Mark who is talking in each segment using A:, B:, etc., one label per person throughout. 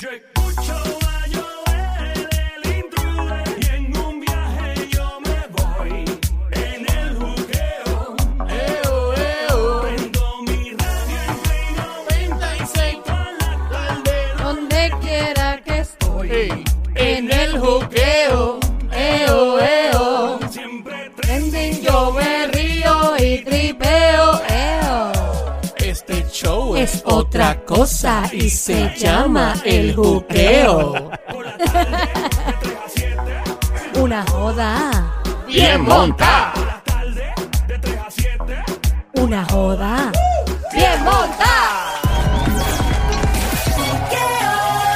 A: Yo escucho a Joel, el intruder, y en un viaje yo me voy. En el juqueo,
B: Eo, eo.
A: prendo mi radio en Play
B: 96
A: con la tarde.
C: Donde quiera que estoy.
B: Ey. En el juqueo. Eo, eo.
A: Siempre
C: Trending, yo me río y tripeo. eo.
B: Este show es,
C: Es otra cosa y se llama el juqueo. Una joda.
B: Bien monta.
C: Una joda. Bien monta.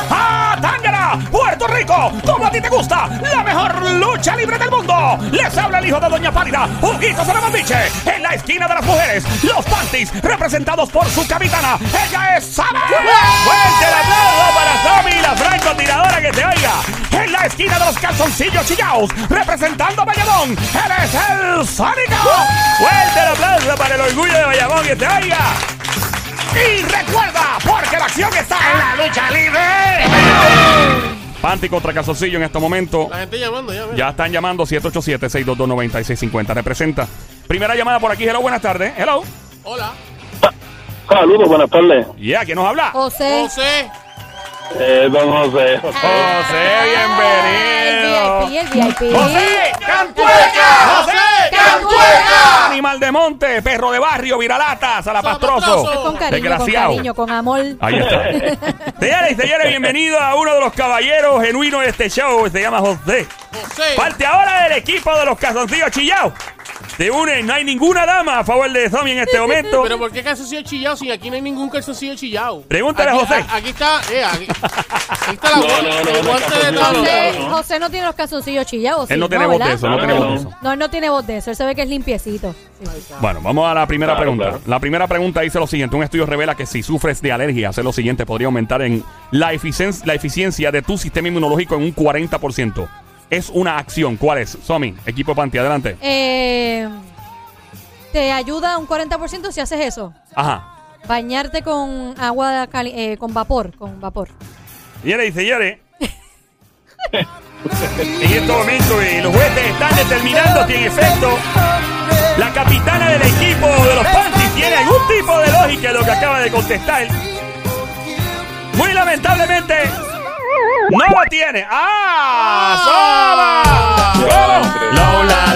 D: ¡Ah, Tángara! ¡Puerto Rico! ¡Como a ti te gusta! ¡La mejor lucha libre del mundo! Les habla el hijo de Doña Pálida, Huguito Salamandiche, en la esquina de las mujeres, los panties, representados por su capitana, ella es Sammy. ¡Fuerte el aplauso para Sammy, la francotiradora que te oiga! En la esquina de los calzoncillos chillaos, representando a Bayamón, él es el Sónico. ¡Fuerte el aplauso para el orgullo de Bayamón que te oiga! Y recuerda, porque la acción está en la lucha libre. Panty contra Calzoncillo en este momento.
B: La gente llamando ya. mira.
D: Ya están llamando 787-622-9650. Representa. Primera llamada por aquí. Hello, buenas tardes. Hello.
B: Hola.
E: Saludos, buenas tardes.
D: Yeah, ¿quién nos habla?
C: José.
B: José.
E: Eh, don José.
D: José, bienvenido.
C: Ay, El VIP, el VIP.
D: José
B: Cantueca. José Cantueca.
D: Animal de monte, perro de barrio, viralata,
B: Salapastroso.
D: salapastroso.
C: Con cariño, con
D: Desgraciado.
C: cariño, con amor.
D: Ahí está. señores y señores, bienvenido a uno de los caballeros genuinos de este show. Se llama José.
B: José.
D: Parte ahora del equipo de los calzoncillos chillados. Te une, no hay ninguna dama a favor de Zombie en este momento.
B: Pero ¿por qué calzoncillo chillado si aquí no hay ningún calzoncillo chillado?
D: Pregúntale a
B: Aquí-
D: José.
B: a- aquí está, eh, aquí, aquí está la
E: No, no, no,
B: el
E: no,
B: guante de
E: calzoncillo
B: Thanos.
C: José,
E: no, no.
C: José no tiene los calzoncillos chillados.
D: Él
C: sí,
D: no tiene voz de
C: ¿verdad?
D: eso, no
E: No,
D: tiene voz
E: no.
D: de eso.
C: No, él no tiene voz de eso. Él se ve que es limpiecito. Sí.
D: Bueno, vamos a la primera
E: Claro,
D: pregunta.
E: claro.
D: La primera pregunta dice lo siguiente. Un estudio revela que si sufres de alergia, hacer lo siguiente podría aumentar en la, eficien- la eficiencia de tu sistema inmunológico en un 40%. Es una acción. ¿Cuál es? Somi, equipo Panty, adelante.
C: Eh, te ayuda un 40% si haces eso.
D: Ajá.
C: Bañarte con agua cali- eh, con vapor, con vapor.
D: Señores y señores. en este momento eh, los jueces están determinando si en efecto la capitana del equipo de los Panty tiene algún tipo de lógica en lo que acaba de contestar. Muy lamentablemente, no lo tiene. ¡Ah! ¡Sola!
E: ¡Vamos!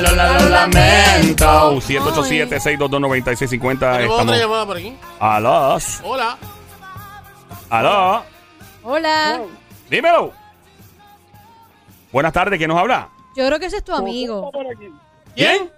D: Lola, Lola,
C: lo lamento.
D: 787-622-9650.
B: Tenemos otra
D: Estamos.
B: llamada por aquí.
D: Aló.
B: Hola.
D: Aló.
C: Hola.
D: Dímelo. Buenas tardes, ¿quién nos habla?
C: Yo creo que ese es tu amigo.
D: ¿Quién?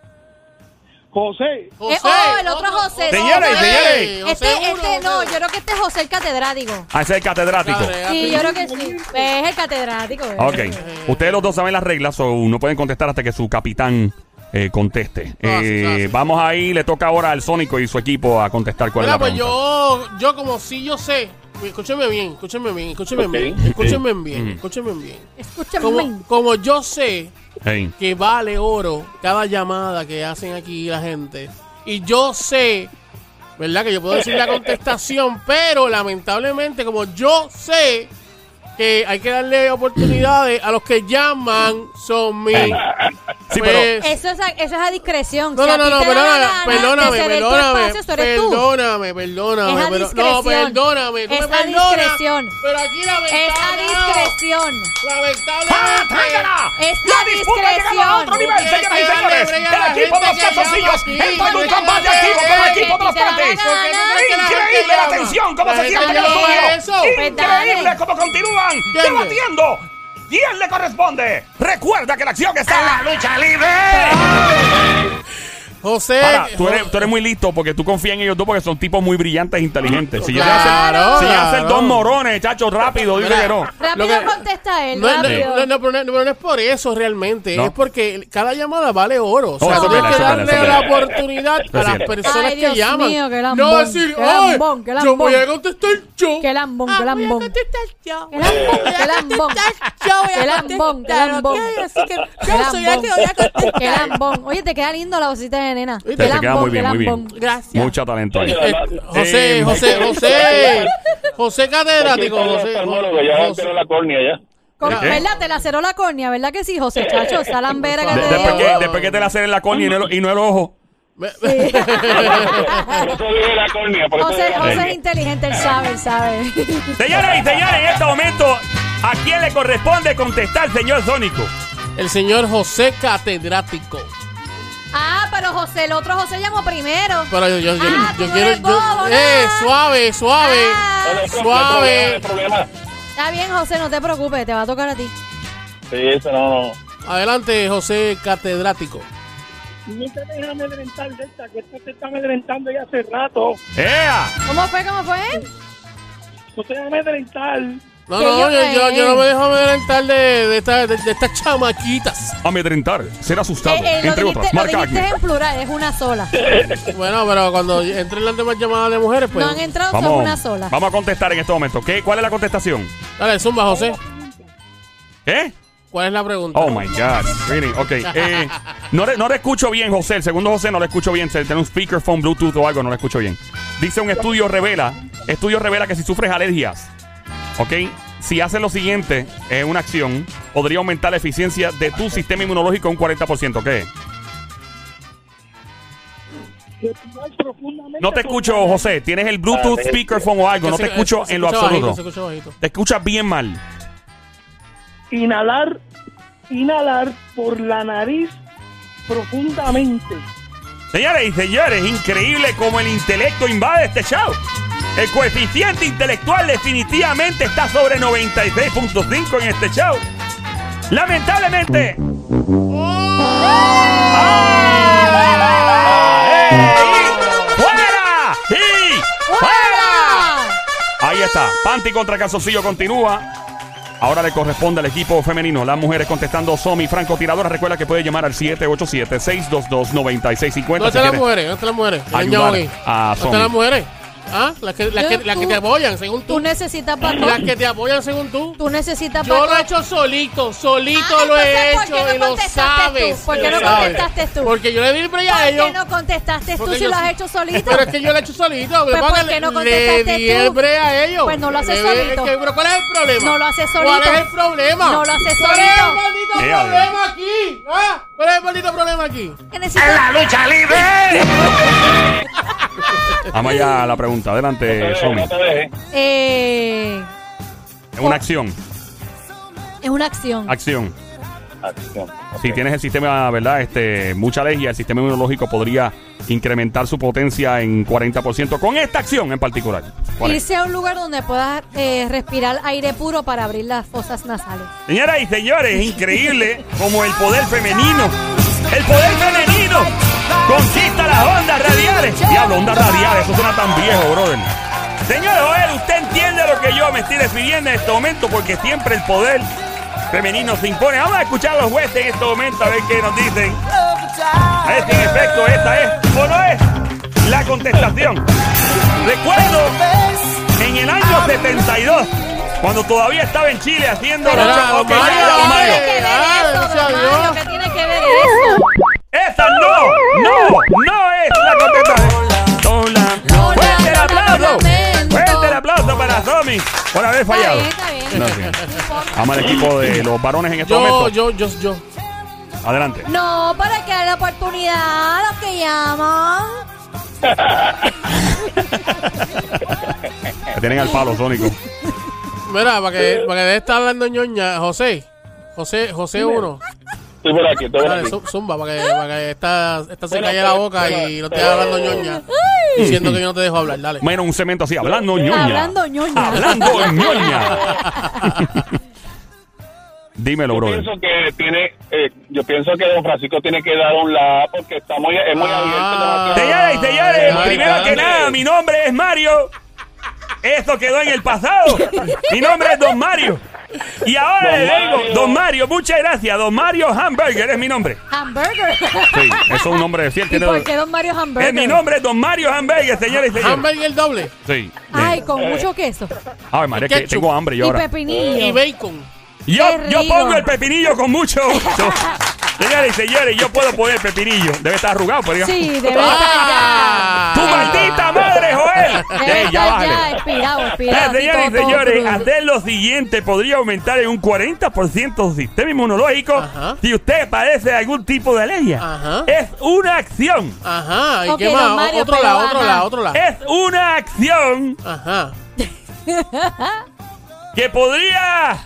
F: José,
B: José.
C: Eh, oh, el otro José.
D: Señores,
C: José.
D: señores.
C: Este,
B: José uno,
C: este, no,
B: José.
C: yo creo que este es José el catedrático.
D: Ah, ese es el catedrático.
B: Dale,
C: Sí,
B: dale.
C: yo creo que sí. Pues Es el catedrático. eh.
D: Ok. Ustedes los dos saben las reglas, o no pueden contestar hasta que su capitán eh, conteste.
B: Ah, sí,
D: Eh,
B: ah, sí.
D: Vamos ahí, le toca ahora al Sónico y su equipo a contestar cuál
B: Mira,
D: es la
B: pues
D: pregunta.
B: yo, yo como si yo sé. Escúchenme bien, escúchenme bien, escúchenme
E: Ok,
B: bien,
E: ok.
B: escúchenme bien,
D: Mm.
B: escúchenme bien.
C: Escúchame.
B: Como, como yo sé
D: Hey.
B: que vale oro cada llamada que hacen aquí la gente. Y yo sé, ¿verdad? Que yo puedo decir la contestación, pero lamentablemente, como yo sé que hay que darle oportunidades a los que llaman, son mis. pues,
D: Ey. Sí, pero
C: Eso es, a, eso es a discreción.
B: No,
C: Eh, Si
B: no,
C: a ti
B: no, no,
C: te da la
B: perdóname,
C: gana
B: perdóname,
C: de ceder tu
B: perdóname,
C: espacio, eso eres tú.
B: perdóname, perdóname,
C: Es a
B: pero- no,
C: discreción.
B: perdóname, tú
C: Es
B: me
C: a
B: perdonas,
C: discreción.
B: pero aquí la
C: Es a discreción.
D: ¡Ah, tráigala!
C: Eh, Es
D: La
C: la
D: disputa ha llegado a otro
C: discreción.
D: nivel, señoras y señores. El equipo de los calzoncillos entra en un combate activo con el equipo de los panties.
C: Pues
D: Increíble la tensión, cómo se siente en el estudio. Increíble cómo continúlan debatiendo. ¿Quién le corresponde? Recuerda que la acción está en la lucha libre.
B: José,
D: Para, tú eres, tú eres muy listo porque tú confías en ellos dos porque son tipos muy brillantes e inteligentes. Si llegas a
B: Claro,
D: ser, si llegas a ser
B: claro.
D: dos morones, chacho, rápido, dile que no.
C: Rápido
B: Lo que-
C: contesta él,
B: No, no,
C: rápido.
B: no, no, pero no, pero no es por eso realmente,
D: No. Oh,
B: es porque cada llamada vale oro. O sea,
D: eso es
B: tienes
D: verdad,
B: que
D: eso es verdad,
B: darle
D: eso es
B: la
D: verdad.
B: oportunidad
D: es
B: a las
D: cierto.
B: personas
C: Ay,
B: que
C: Dios
B: llaman.
C: mío, qué
B: no
C: lambón,
B: decir,
C: qué
B: "Ay,
C: lambón, qué
B: yo
C: lambón".
B: voy a contestar yo.
C: Qué lambón,
B: Ah,
C: qué lambón.
B: Voy a contestar yo.
C: Qué lambón,
D: Eh.
B: Voy a
C: qué lambón.
B: contestar yo, voy a
C: Qué lambón, qué
B: contestar,
C: lambón.
B: ¿ok? Así que yo
C: Qué
B: soy la que voy a
C: lambón.
B: contestar.
C: Qué lambón. Oye, te queda lindo la vocita de nena.
B: Te-
C: Qué
D: te queda
C: lambón,
D: muy bien,
C: qué
D: muy bien.
C: lambón.
E: Eh,
D: Eh,
B: Gracias.
D: Mucho talento ahí.
B: Eh, José,
D: Eh,
B: José, José. José Catedrático,
E: Aquí
B: José.
E: está el oftalmólogo, ya
B: José-
E: tiene la córnea ya.
C: Con-
D: ¿Qué?
C: ¿Verdad? Te laceró la córnea, ¿verdad que sí, José Chacho? Esa lambera que
D: De-
C: te dio.
D: después, que, después que te la hacen en la coña y no, el- y no el ojo.
B: Me-
E: Por eso dije la córnea, por eso
C: José,
E: dije la
C: José es
E: córnea.
C: inteligente, él sabe, él sabe.
D: Señoras y señores, en este momento, ¿a quién le corresponde contestar, señor Sónico?
B: El señor José Catedrático.
C: Ah, pero José, el otro José llamó primero.
B: Pero yo, yo, yo-
C: Ah,
B: yo
C: tú
B: quiero.
C: eres
B: yo-
C: bobo,
B: ¡Eh!
C: ¿no?
B: Suave, suave.
C: Ah,
E: Dale, profe,
B: Suave.
E: no hay problema.
C: está bien, José, no te preocupes, te va a tocar a ti.
E: Sí, eso no, no.
B: Adelante, José Catedrático.
F: No te dejes amedrentar de esta, que esto te están amedrentando ya hace rato.
D: ¡Ea!
C: ¿Cómo fue? ¿Cómo fue?
F: No te dejes amedrentar.
B: No,
C: Que
B: no, yo,
C: yo
B: yo,
C: sé.
B: yo no me dejo amedrentar de, de, esta- de- de estas chamaquitas.
D: Amedrentar, ser asustado,
C: Eh, eh, lo
D: entre
C: dijiste,
D: otras.
C: lo
D: Marca aquí. Pues,
C: dijiste en plural, es una sola.
B: Bueno, pero cuando entren las demás llamadas de mujeres, pues.
C: no han entrado, son una
D: Vamos,
C: sola.
D: vamos a contestar en este momento. ¿Qué, ¿Cuál es la contestación?
B: Dale, zumba, José.
D: ¿Eh?
B: ¿Cuál es la pregunta?
D: Oh my God. Really? Ok. eh, no, le, no le escucho bien, José. El segundo José no le escucho bien. Se- Tiene un speakerphone, Bluetooth o algo, no le escucho bien. Dice un estudio revela. Estudio revela que si sufres alergias, ok, si haces lo siguiente en una acción, podría aumentar la eficiencia de tu sistema inmunológico un 40%. ¿Qué?
F: Respirar profundamente.
D: No te escucho, José. Tienes el
B: Ah,
D: Bluetooth, speakerphone o algo.
B: Que
D: No
B: se-
D: te
B: eh,
D: escucho
B: se
D: en lo
B: escucha bajito, se
D: absoluto.
B: escucha bajito.
D: Te escuchas bien mal.
F: Inhalar, inhalar por la nariz profundamente.
D: Señores y señores, increíble como el intelecto invade este show. El coeficiente intelectual definitivamente está sobre 96.5 en este show. Lamentablemente. ¡Ah! ¡Eh! ¡Fuera! ¡Y fuera! Ahí está. Panty contra Calzoncillo continúa. Ahora le corresponde al equipo femenino. Las mujeres contestando Somi Franco Tiradora. Recuerda que puede llamar al 787-622-9650.
B: ¿Dónde
D: si
B: están las
D: quieres.
B: mujeres? ¿Dónde están las mujeres?
D: Ayudar
B: Ñaño aquí.
D: a
B: ¿Dónde
D: Somi.
B: están las mujeres? ¿Ah? Las que, las
C: Yo,
B: que, las que
C: tú-
B: te apoyan, según
C: Tú
B: tú.
C: necesitas
B: Las
C: patrón.
B: que te apoyan, según tú.
C: Tú necesitas
B: Yo lo he
C: patrón.
B: hecho solito, solito
C: Ah,
B: lo he
C: entonces, ¿por
B: hecho
C: qué no
B: y lo
C: contestaste tú?
B: sabes.
C: ¿Por qué
B: lo
C: no
B: sabes.
C: contestaste tú?
B: Porque yo le di el break a
C: ¿Por
B: ellos.
C: qué no contestaste tú
B: Porque
C: si
B: yo
C: lo has
B: sí-
C: hecho solito?
B: Pero es que yo lo he hecho solito.
C: Pues,
B: porque
C: ¿por qué no
B: le
C: contestaste
B: di
C: tú?
B: el break a ellos.
C: Pues no lo haces
B: Le di-
C: solito.
B: que- pero ¿cuál es el problema?
C: No lo haces
B: ¿Cuál
C: solito.
B: es el problema?
C: No lo haces
B: ¿Cuál es el
C: solito.
B: maldito
D: Sí, adiós.
B: problema aquí? ¿Ah? ¿Cuál es el maldito problema aquí?
C: Que necesitas-
D: lucha libre! Vamos allá a la pregunta. Adelante, Somi.
E: No te dejes.
C: Eh,
D: Es una acción.
C: es una acción.
D: Acción.
E: Acción.
D: Si tienes el sistema, ¿verdad? Este, mucha alergia, el sistema inmunológico podría incrementar su potencia en 40% con esta acción en particular. ¿Cuál es?
C: Irse a un lugar donde puedas eh, respirar aire puro para abrir las fosas nasales.
D: Señoras y señores, increíble como el poder femenino. El poder femenino conquista las ondas radiales. Diablo, ondas radiales, eso suena tan viejo, brother. Señor Joel, usted entiende lo que yo me estoy refiriendo en este momento porque siempre el poder femenino se impone. Vamos a escuchar a los jueces en este momento a ver qué nos dicen. A ver si en efecto esta es o no es la contestación. Recuerdo en el año 72, cuando todavía estaba en Chile haciendo...
B: Pero,
D: lucha-
B: don
D: Ok,
B: Mario,
D: mira, don Mario.
C: ¿Qué tiene que
B: Ah, gracias a Dios.
C: ver eso, don Mario? ¿Qué tiene que ver eso?
D: ¡Esa no! ¡No! ¡No es la contestación! ¡Hola!
C: Hola,
D: ¡Fuerte el
C: hola,
D: aplauso!
C: lamento.
D: ¡Fuerte el aplauso para Tommy por haber
C: Está
D: fallado!
C: bien, está bien.
D: No, sí. Vamos al equipo de los varones en este
B: Yo,
D: momento.
B: yo, yo, yo.
D: Adelante.
C: No, para que hay la oportunidad a los que llaman.
D: Te tienen al palo, Sónico.
B: Mira, para que, para que deje de estar hablando ñoña, José. José, José 1.
E: Estoy por aquí, estoy por
B: Dale,
E: aquí.
B: zu- zumba, para que, para que esta, esta se
E: Bueno,
B: calle la
E: pero-
B: boca
E: pero-
B: y no te hablando
E: pero-
B: ñoña. Diciendo que yo no te dejo hablar, dale.
D: Menos un cemento así, hablando ñoña.
C: Hablando ñoña.
D: Hablando ñoña. Dímelo,
E: Yo
D: brother.
E: pienso que tiene, eh, yo pienso que don Francisco tiene que dar un la porque está muy, es muy
B: Ah.
E: abierto.
D: Señores y señores,
B: Ay,
D: primero que
E: grande.
D: nada, mi nombre es Mario. Esto quedó en el pasado. Mi nombre es Don Mario. Y ahora
E: Don
D: le digo,
E: Mario.
D: Don Mario, muchas gracias. Don Mario Hamburger es mi nombre.
C: Hamburger.
D: Sí, eso es un nombre de
C: ¿Y por qué don Mario Hamburger?
D: Es mi nombre, es Don Mario Hamburger, señores y señores.
B: Hamburger el doble
D: Sí.
C: Ay, con mucho queso.
D: Ay, María, que
B: Ketchup.
D: tengo hambre yo
C: Y
D: ahora.
C: pepinillo.
B: y bacon.
D: Yo,
C: Qué
D: yo
C: rico.
D: pongo el pepinillo con mucho gusto. Señores y señores, yo puedo poner el pepinillo. Debe estar arrugado, pero diga.
C: Sí, de verdad.
B: ¡Ah!
D: ¡Tu maldita madre, Joel! Eh,
C: Debe
D: ya
C: estar ya
D: bájale.
C: expirado,
D: Ah,
C: expirado.
D: señoras y
C: así todo- todo
D: señores,
C: crudo.
D: hacer los siguientes podría aumentar en un 40% su sistema inmunológico
B: Ajá.
D: si usted padece de algún tipo de alergia.
B: Ajá.
D: Es una acción.
B: Ajá, ¿y
C: Ok,
B: qué
C: don
B: más?
C: Mario,
B: otro
C: pero
B: lado, otro
C: ajá.
B: lado, otro lado.
D: Es una acción
B: Ajá.
D: que podría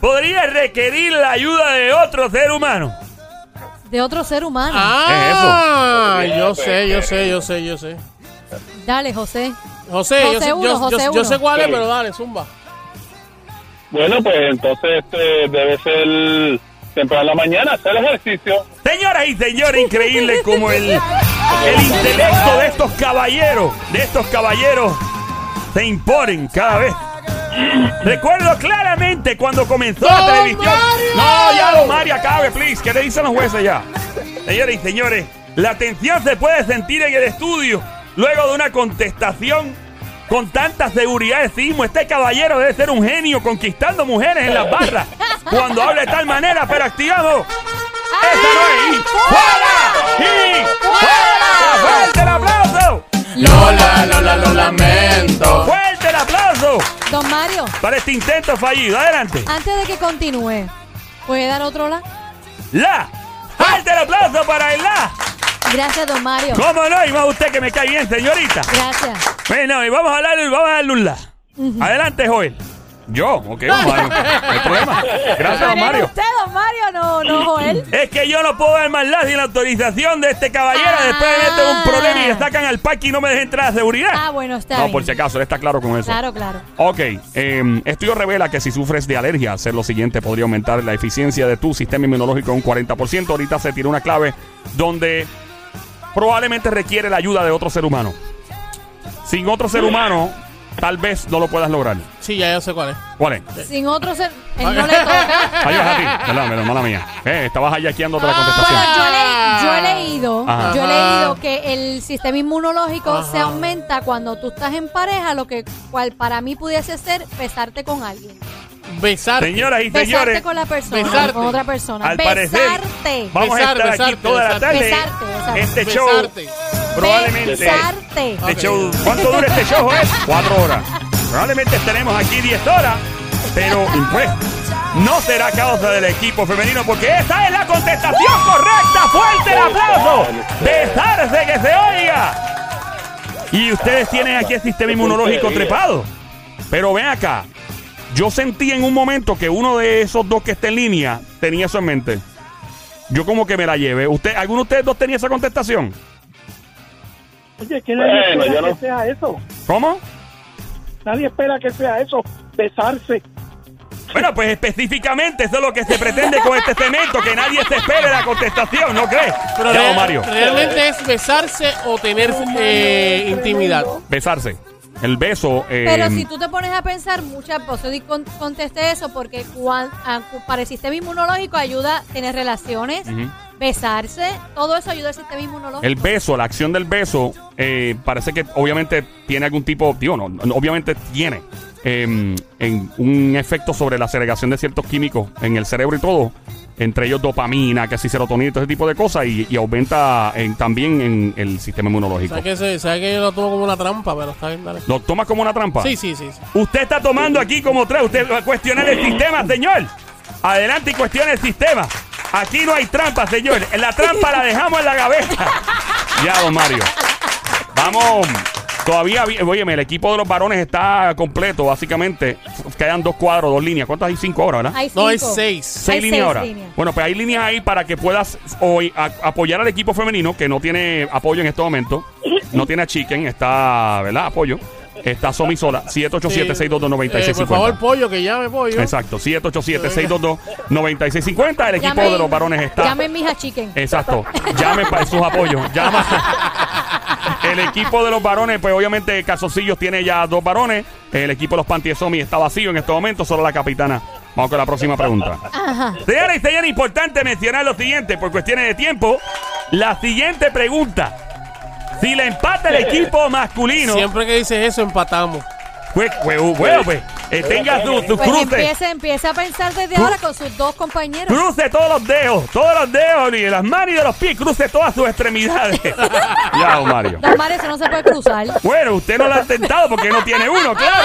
D: podría requerir la ayuda de otro ser humano.
C: De otro ser humano.
B: Ah,
E: ¿Qué es eso?
B: yo sé, yo sé, yo sé, yo sé.
C: Dale, José.
B: José, yo,
C: José
B: sé,
C: uno,
B: yo-
C: José
B: yo- yo
C: uno.
B: sé cuál es,
E: Sí.
B: pero dale, zumba.
E: Bueno, pues entonces este, debe ser temprano en la mañana, hacer ejercicio.
D: Señoras y señores, increíble como el, el intelecto de estos caballeros, de estos caballeros, se imponen cada vez. Recuerdo claramente cuando comenzó la
B: ¡Don
D: televisión.
B: Mario!
D: No, ya, don Mario, acabe, please. ¿Qué le dicen los jueces ya? Señoras y señores, la tensión se puede sentir en el estudio luego de una contestación con tanta seguridad. Decimos, este caballero debe ser un genio conquistando mujeres en las barras cuando habla de tal manera, pero activamos. ¡Esta no es! ¡Y ¡Fuera! ¡Y fuera! ¡Fuerte el aplauso!
B: Lola, Lola, lo lamento.
D: ¡Fuerte el aplauso!
C: Don Mario,
D: Para este intento fallido. Adelante.
C: antes de que continúe, ¿puede dar otro la?
D: La. ¡Fuerte el aplauso para el la!
C: Gracias, don Mario.
D: ¿Cómo no? Y más usted que me cae bien, señorita.
C: Gracias.
D: Bueno, y vamos a hablar, vamos a darle un la. Adelante, Joel. Yo, ok, vamos a darle un- No hay problema. Gracias, don
C: Pero era
D: Mario.
C: usted, don Mario, no, no, Joel.
D: Es que yo no puedo dar más la sin la autorización de este caballero. Después me meten un problema y le sacan al parque y no me dejan entrar a seguridad.
C: Ah, bueno, está
D: no,
C: bien.
D: por si acaso, él está claro con eso.
C: Claro, claro.
D: Ok, eh, estudio revela que si sufres de alergia, hacer lo siguiente podría aumentar la eficiencia de tu sistema inmunológico un 40%. Ahorita se tiene una clave donde probablemente requiere la ayuda de otro ser humano. Sin otro ser humano, tal vez no lo puedas lograr.
B: Sí, ya yo sé cuál es.
D: ¿Cuál es?
C: Sin otro ser. Él Pues no le toca.
D: Adiós a ti, ¿verdad? Pero, mala mía. Eh, estabas hallaqueando otra
C: Ah, Bueno,
D: contestación.
C: yo, le- yo he leído,
D: Ajá.
C: yo he
B: Ah. Ajá.
C: leído que el sistema inmunológico se
B: Ajá.
C: aumenta cuando tú estás en pareja, lo que cual para mí pudiese ser besarte con alguien.
B: Besar.
D: Señoras y
C: Besarte
D: señores,
C: con la persona,
B: Besarte.
C: con otra persona.
D: al parecer,
C: besarte.
D: vamos
B: Besar,
D: a estar aquí
B: besarte,
D: toda la
B: besarte.
D: tarde.
C: Besarte, besarte.
D: Este show
B: Besarte.
D: probablemente...
C: Besarte.
D: Este
B: Ok.
D: show, ¿Cuánto dura este show, Joel? Cuatro horas. Probablemente estaremos aquí 10 horas, pero pues, no será causa del equipo femenino porque esa es la contestación correcta. ¡Fuerte el aplauso! ¡Besarse que se oiga! Y ustedes tienen aquí el sistema inmunológico trepado. Pero ven acá. Yo sentí en un momento que uno de esos dos que está en línea tenía eso en mente. Yo como que me la llevé. ¿Usted, ¿Alguno de ustedes dos tenía esa contestación?
F: Oye, que nadie
E: Bueno,
F: espera
E: yo no-
F: que sea eso.
D: ¿Cómo?
F: Nadie espera que sea eso. Besarse.
D: Bueno, pues específicamente eso es lo que se pretende con este cemento, que nadie se espere la contestación, ¿no crees?
B: Pero
D: ya,
B: real-
D: don Mario,
B: realmente es besarse o tener eh, intimidad.
D: besarse. El beso. eh,
C: Pero si tú te pones a pensar, muchas veces di- con- contesté eso porque cuan- ah, cu- para el sistema inmunológico ayuda a tener relaciones,
D: Ujú.
C: besarse, todo eso ayuda al sistema inmunológico.
D: El beso, la acción del beso, eh, parece que obviamente tiene algún tipo, digo, no, no, obviamente tiene eh, en un efecto sobre la segregación de ciertos químicos en el cerebro y todo, entre ellos dopamina, casi serotonina y todo ese tipo de cosas, y, y aumenta en- también en el sistema inmunológico.
B: ¿Sabes que, se- sabe que yo lo tomo como una trampa? Pero está bien, dale.
D: ¿Lo tomas como una trampa?
B: Sí, sí, sí. sí.
D: Usted está tomando aquí como tres. Usted va a cuestionar el sistema, señor. Adelante y cuestione el sistema. Aquí no hay trampa, señor. La trampa la dejamos en la cabeza. Ya, don Mario. Vamos. Todavía, vi- óyeme, el equipo de los varones está completo, básicamente. Quedan dos cuadros, dos líneas. ¿Cuántas hay? Cinco ahora, ¿verdad?
C: Hay
B: No, es
C: cinco.
B: seis.
C: Hay
D: Seis líneas
C: seis
D: ahora.
C: líneas.
D: Bueno, pues hay líneas ahí para que puedas hoy a- apoyar al equipo femenino que no tiene apoyo en este momento. No tiene a Chicken, está, ¿verdad? Apoyo. Está Somi sola. 787 622
B: Eh, Por favor,
D: 9650
B: pollo, que llame pollo.
D: Exacto, 787 622 9650 El equipo de los varones está.
C: Llamen mija chicken.
D: Exacto. Llame para sus apoyos. Llama. El equipo de los varones, pues obviamente Calzoncillos tiene ya dos varones. El equipo de los Pantiesomi está vacío en este momento, solo la capitana. Vamos con la próxima pregunta. Señoras y señores, importante mencionar lo siguiente, por cuestiones de tiempo. La siguiente pregunta. Si la empata el equipo masculino,
B: Siempre que dices eso, empatamos.
D: pues, pues, bueno, pues, eh, tenga sus sus
C: Pues
D: cruces.
C: empieza, empieza a pensar desde ahora con sus dos compañeros.
D: Cruce todos los dedos, todos los dedos, ni de las manos ni de los pies, cruce todas sus extremidades. ya, Mario.
C: Las mares eso no se puede cruzar.
D: Bueno, usted no lo ha intentado porque no tiene uno, claro.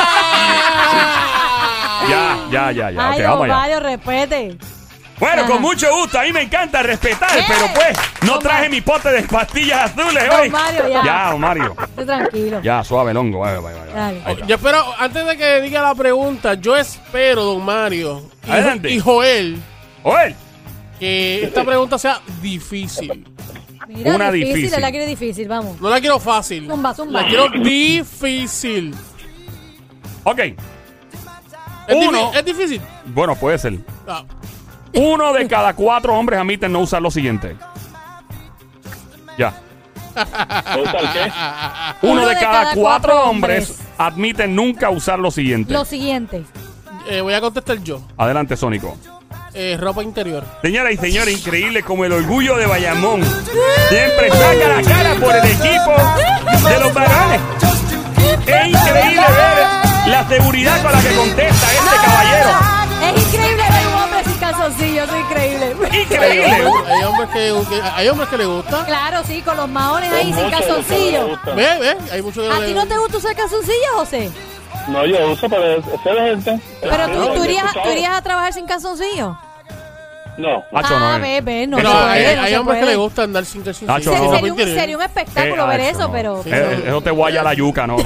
C: Ah.
D: ya, ya, ya, ya.
C: Ay,
D: Ok, vamos allá.
C: Ovario, respete.
D: Bueno,
C: Ajá.
D: con mucho gusto. A mí me encanta respetar,
C: ¿Qué?
D: pero pues no
C: Don
D: traje
C: Mario.
D: mi pote de pastillas azules
C: Don
D: hoy.
C: Mario, ya.
D: Ya, don Mario.
C: Esté tranquilo.
D: Ya, suave, longo. Vale, vale, vale.
C: Dale.
D: Ahí está.
B: Yo espero, antes de que diga la pregunta, yo espero, don Mario y-
D: Adelante.
B: y Joel,
D: Joel,
B: que esta pregunta sea difícil.
C: Mira,
D: Una
C: difícil,
D: difícil.
C: él la quiere difícil, vamos.
B: No la quiero fácil.
C: Zumba, zumba.
B: La quiero difícil.
D: ok.
B: ¿Es, difi-
D: Uno.
B: ¿es difícil?
D: Bueno, puede ser.
B: Ah,
D: Uno de cada cuatro hombres admiten no usar lo siguiente. Ya.
E: ¿No usa el qué?
D: Uno, de, cada, cuatro, hombres, admiten nunca usar lo siguiente.
C: Lo siguiente.
B: eh, voy a contestar yo.
D: Adelante, Sónico.
B: Eh, ropa interior.
D: Señoras y señores, increíble como el orgullo de Bayamón. Siempre saca la cara por el equipo de los varones. Es increíble ver la seguridad con la que contesta este caballero.
C: Es increíble ver un hombre sin calzoncillos, es increíble.
B: Hay
D: Increíble.
B: hombres- hay hombres que, que- hay hombres que le gusta.
C: Claro, sí, con los maones ahí sin
E: Muchos de los que no le
C: calzoncillos.
E: gustan.
B: Ve, ve, hay muchos que
C: ¿A ti no
B: gustan.
C: te gusta usar calzoncillos, José?
E: No, yo uso, pero es es de gente.
C: Pero
E: Sí,
C: tú, tú
E: yo he
C: irías, tú
E: escuchado.
C: irías a trabajar sin calzoncillos.
E: No,
D: Acho, no eh,
C: ah,
D: es.
C: ve, ve, no
B: Pero
C: se
B: hay,
C: puede, no
B: hay
C: se
B: hombres que
C: puede.
B: le gusta andar sin calzoncillos.
D: Nacho,
B: Sin
D: no.
B: ropa
C: Sería un,
B: interior.
C: sería un espectáculo ver
D: Eh,
C: eso,
D: no.
C: pero...
D: Eh, eh, eso te guaya la yuca, no. no.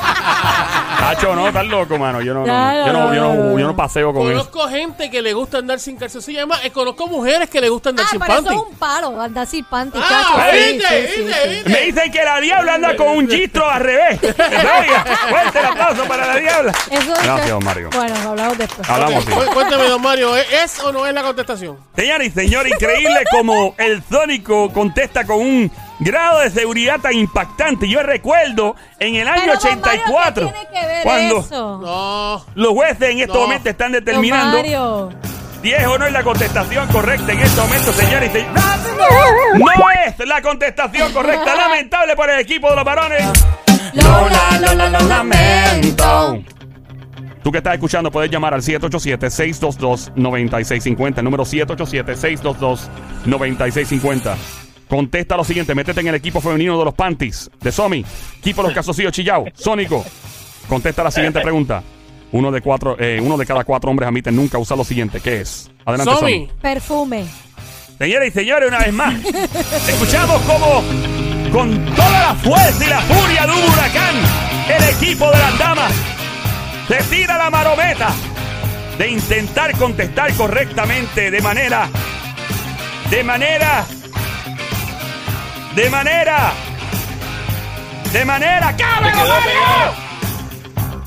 D: Nacho, no, estás loco, mano. Yo no, no, yo no, yo no- yo no paseo con eso.
B: Conozco gente que le gusta andar sin calzoncillos. Además, eh, conozco mujeres que le gusta andar
C: Ah,
B: sin
C: pero
B: panty.
C: eso es un palo, andar sin panty,
B: Ah,
C: chacho. Sí,
B: viste,
C: sí, sí,
B: viste,
C: sí.
B: viste.
D: Me dicen que la diabla anda con un gistro al revés. Venga, fuerte el aplauso para la diabla.
C: Eso
D: Gracias, don Mario.
C: Bueno, hablamos después.
D: Hablamos, sí.
B: Cu- Cuéntame, don Mario, ¿es- ¿es o no es la contestación?
D: Señores y señores, increíble como el Sónico contesta con un grado de seguridad tan impactante. Yo recuerdo en el año
C: Pero, don Mario, ¿qué
D: 84,
C: tiene que ver
D: cuando
C: eso?
B: No.
D: los jueces en este
B: No.
D: momento están
C: Don
D: determinando
C: Mario.
D: si es o no es la contestación correcta en este momento, señores y señores. No es la contestación correcta, lamentable por el equipo de los varones.
C: Lola, Lola, lo lamento.
D: Tú que estás escuchando puedes llamar al 787-622-9650. Número 787-622-9650. Contesta lo siguiente. Métete en el equipo femenino de los Panties. De Somi. Equipo Los Casocillos Chillao. Sónico. Contesta la siguiente pregunta. Uno de, cuatro, eh, uno de cada cuatro hombres admite nunca usar lo siguiente. ¿Qué es? Adelante, Somi.
B: Somi.
C: Perfume.
D: Señoras y señores, una vez más, escuchamos como con toda la fuerza y la furia de un huracán, el equipo de las damas se tira la marometa de intentar contestar correctamente de manera, de manera, de manera, de manera, ¡Cabe,
E: quedó
D: Mario!
E: pegado.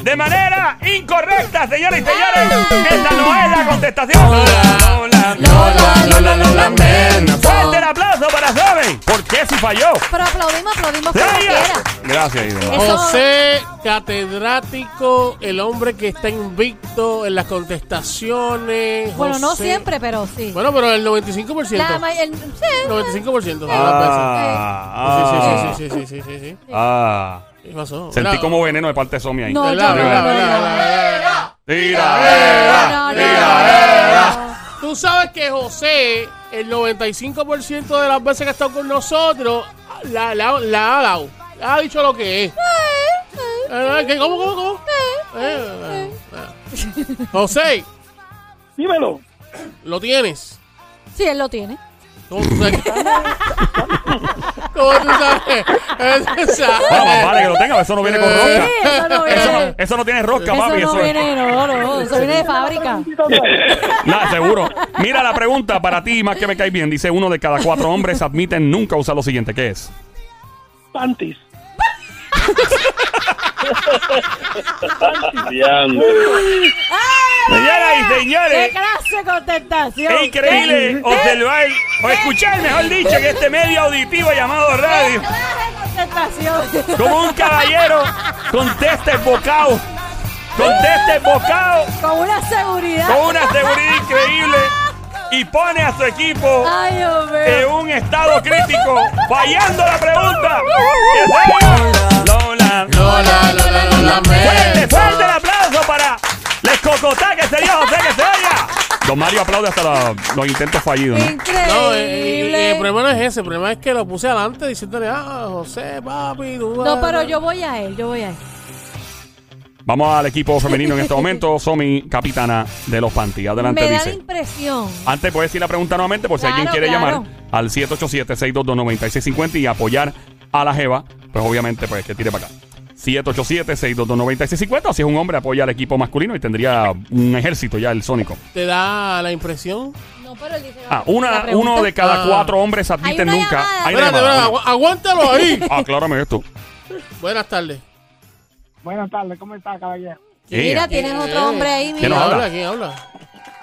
D: De manera incorrecta, señoras y señores, esta no es la contestación. Hola,
C: Lola, Lola, lo lamento.
D: Fuerte el aplauso para Sobe. ¿Por qué si falló?
C: Pero aplaudimos, aplaudimos como
D: Gracias.
C: quiera.
D: Gracias, Ido.
C: Eso-
B: José Catedrático, el hombre que está invicto en las contestaciones.
C: Bueno, no
B: José-
C: siempre, pero sí.
B: Bueno, pero el 95%.
C: La ma- el- sí,
B: 95% de las veces.
D: Ah,
B: pues, Sí, sí, sí, sí, sí, sí, sí, sí, sí.
D: ah.
B: ¿Qué pasó?
D: Sentí
B: ¿Verdad?
D: como veneno de parte de Somi ahí.
C: No,
B: ¿Verdad?
C: yo no,
B: ¿Verdad?
C: no,
B: ¿Verdad?
C: no.
B: ¿Verdad? ¿Verdad?
D: eh, Tira, eh,
C: No, no,
D: tira,
C: no.
B: Tú sabes que José, el 95% de las veces que ha estado con nosotros, la, la- la ha dado. Ha dicho lo que es. Eh, ¿qué? ¿Cómo, cómo, cómo? Eh, eh, eh. José,
F: Dímelo.
B: lo tienes.
C: Sí, él lo tiene.
B: ¿Cómo tú sabes? ¿Cómo tú sabes? Tú sabes.
D: Bueno, más vale que lo tenga, eso no viene con
C: Sí,
D: rosca.
C: eso no viene.
D: Eso no, eso no tiene rosca,
C: Eso
D: papi.
C: no
D: Eso es-
C: viene, no, no. Eso viene de fábrica.
F: Bendito Dios.
D: Nada, seguro. Mira la pregunta para ti, más que me cae bien. Dice: Uno de cada cuatro hombres admiten nunca usar lo siguiente. ¿Qué es?
F: Panties.
E: diantre.
D: Señoras y señores.
C: ¡Eh! ¡Qué clase contestación!
D: Es increíble
C: ¡Qué
D: observar o escuchar, mejor dicho, en este medio auditivo llamado radio.
C: clase contestación!
D: Como un caballero contesta el bocado. Contesta el bocado
C: Con una seguridad.
D: con una seguridad increíble y pone a su equipo
C: ¡Ay, Dios mío.
D: en un estado crítico, fallando la pregunta. ¿Qué tal? Lola,
B: Lola, Lola, lo lamento.
D: Don Mario aplaude hasta la- los intentos fallidos. ¿no?
C: Increíble.
B: No, eh, eh, eh, el problema no es ese, el problema es que lo puse adelante diciéndole, ah, José, papi, tú.
C: No, pero
B: ah".
C: yo voy a él, yo voy a él.
D: Vamos al equipo femenino en este momento. Somi, capitana de los Panty. Adelante,
C: Me da la
D: dice. Ah.
C: impresión.
D: Antes puedes decir la pregunta nuevamente por si
C: Claro,
D: alguien quiere
C: claro.
D: llamar al 787-622-9650 y apoyar a la Jeva, pues obviamente pues que tire para acá. 787-622-9650. Si es un hombre, apoya al equipo masculino y tendría un ejército ya el Sónico.
B: Te da la impresión.
C: No, pero él dice.
D: Ah, una, uno de cada
B: Ah.
D: cuatro hombres admiten
C: una
D: nunca.
C: llamada.
D: Hay una
B: Espérate,
D: llamada. Ah,
B: espérate, agu- aguántalo ahí.
D: Aclárame esto.
B: Buenas tardes.
F: Buenas tardes, ¿cómo está, caballero?
C: Mira,
D: Yeah.
C: tienes
B: Eh,
C: otro hombre ahí,
D: ¿Quién
B: ¿Quién
D: nos
C: mira.
D: habla?
B: habla? ¿Quién habla?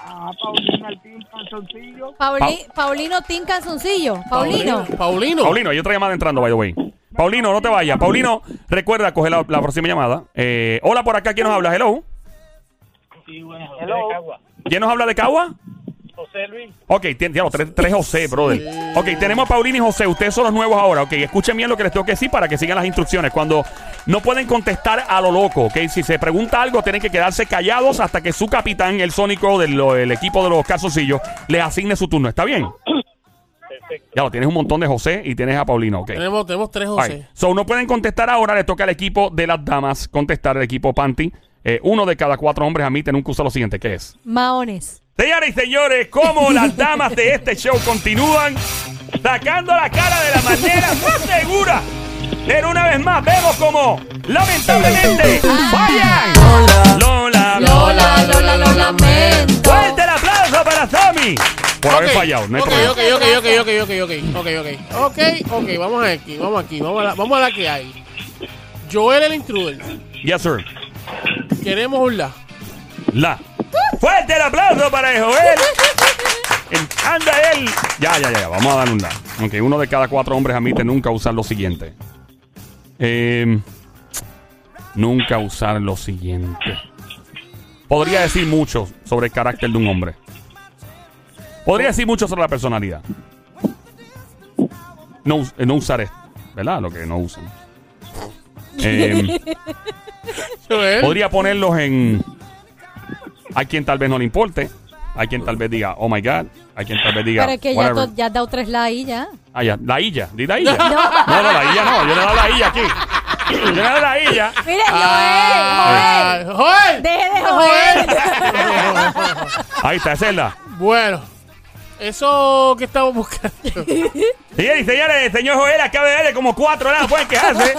F: Ah, Paulino Martín Calzoncillo.
C: Pauli- Paulino Tin Canzoncillo. Paulino.
B: Paulino.
D: Paulino, hay otra llamada entrando, by the way. Paulino, no te vayas. Paulino, recuerda coger la, la próxima llamada. Eh, hola, por acá, ¿quién nos habla? Hello.
F: Hello.
D: ¿Quién nos habla de Cagua?
F: José Luis.
D: Ok, tien- diablo, tres, tres José, brother. Ok, tenemos a Paulino y José. Ustedes son los nuevos ahora. Ok, escuchen bien lo que les tengo que decir para que sigan las instrucciones. Cuando no pueden contestar a lo loco, ok. Si se pregunta algo, tienen que quedarse callados hasta que su capitán, el sónico del lo- el equipo de los calzoncillos, les asigne su turno. ¿Está bien? Ya lo tienes un montón de José y tienes a Paulino, ok.
B: Tenemos, tenemos tres
D: All right.
B: José.
D: So, no pueden contestar ahora, le toca al equipo de las damas contestar, el equipo Panty. Eh, uno de cada cuatro hombres admiten un curso lo siguiente, ¿qué es?
C: Maones.
D: Señores y señores, como las damas de este show continúan sacando la cara de la manera más segura. Pero una vez más vemos como lamentablemente fallan. Lola,
B: Lola, Lola, lo lamento.
D: Fuerte el aplauso para Sammy. Por haber
B: Ok,
D: fallado, no hay
B: ok,
D: problema.
B: ok, ok, ok, ok, ok, ok, ok, ok, ok, ok, vamos aquí, vamos aquí, vamos a la, vamos a la que hay. Joel el intruder,
D: Yes, sir.
B: queremos un la.
D: La. Fuerte el aplauso para Joel. El- Anda él. Ya, ya, ya, ya, vamos a darle un lado. Aunque uno de cada cuatro hombres admite nunca usar lo siguiente. Eh, nunca usar lo siguiente. Podría decir mucho sobre el carácter de un hombre. Podría decir mucho sobre la personalidad. No, us- eh, no usar esto, ¿verdad? Lo que no usan. Eh,
B: Joel,
D: podría ponerlos en. Hay quien tal vez no le importe. Hay quien tal vez diga, oh my god. Hay quien tal vez diga.
C: Pero es que ya,
D: whatever.
C: to- ya has dado tres la ahí ya.
D: Ah, ya. La Illa. Di la Illa. No, no, la Illa no. Yo no he dado la Illa aquí. Yo no he dado la Illa.
C: Mira,
B: Ah,
C: Joel,
B: Joel,
C: Joel. Deje de joder.
D: Ahí está, esa es la.
B: Bueno, eso que estamos buscando.
D: Señores y señores, el señor Joel acaba de darle como cuatro nada. Pueden quejarse.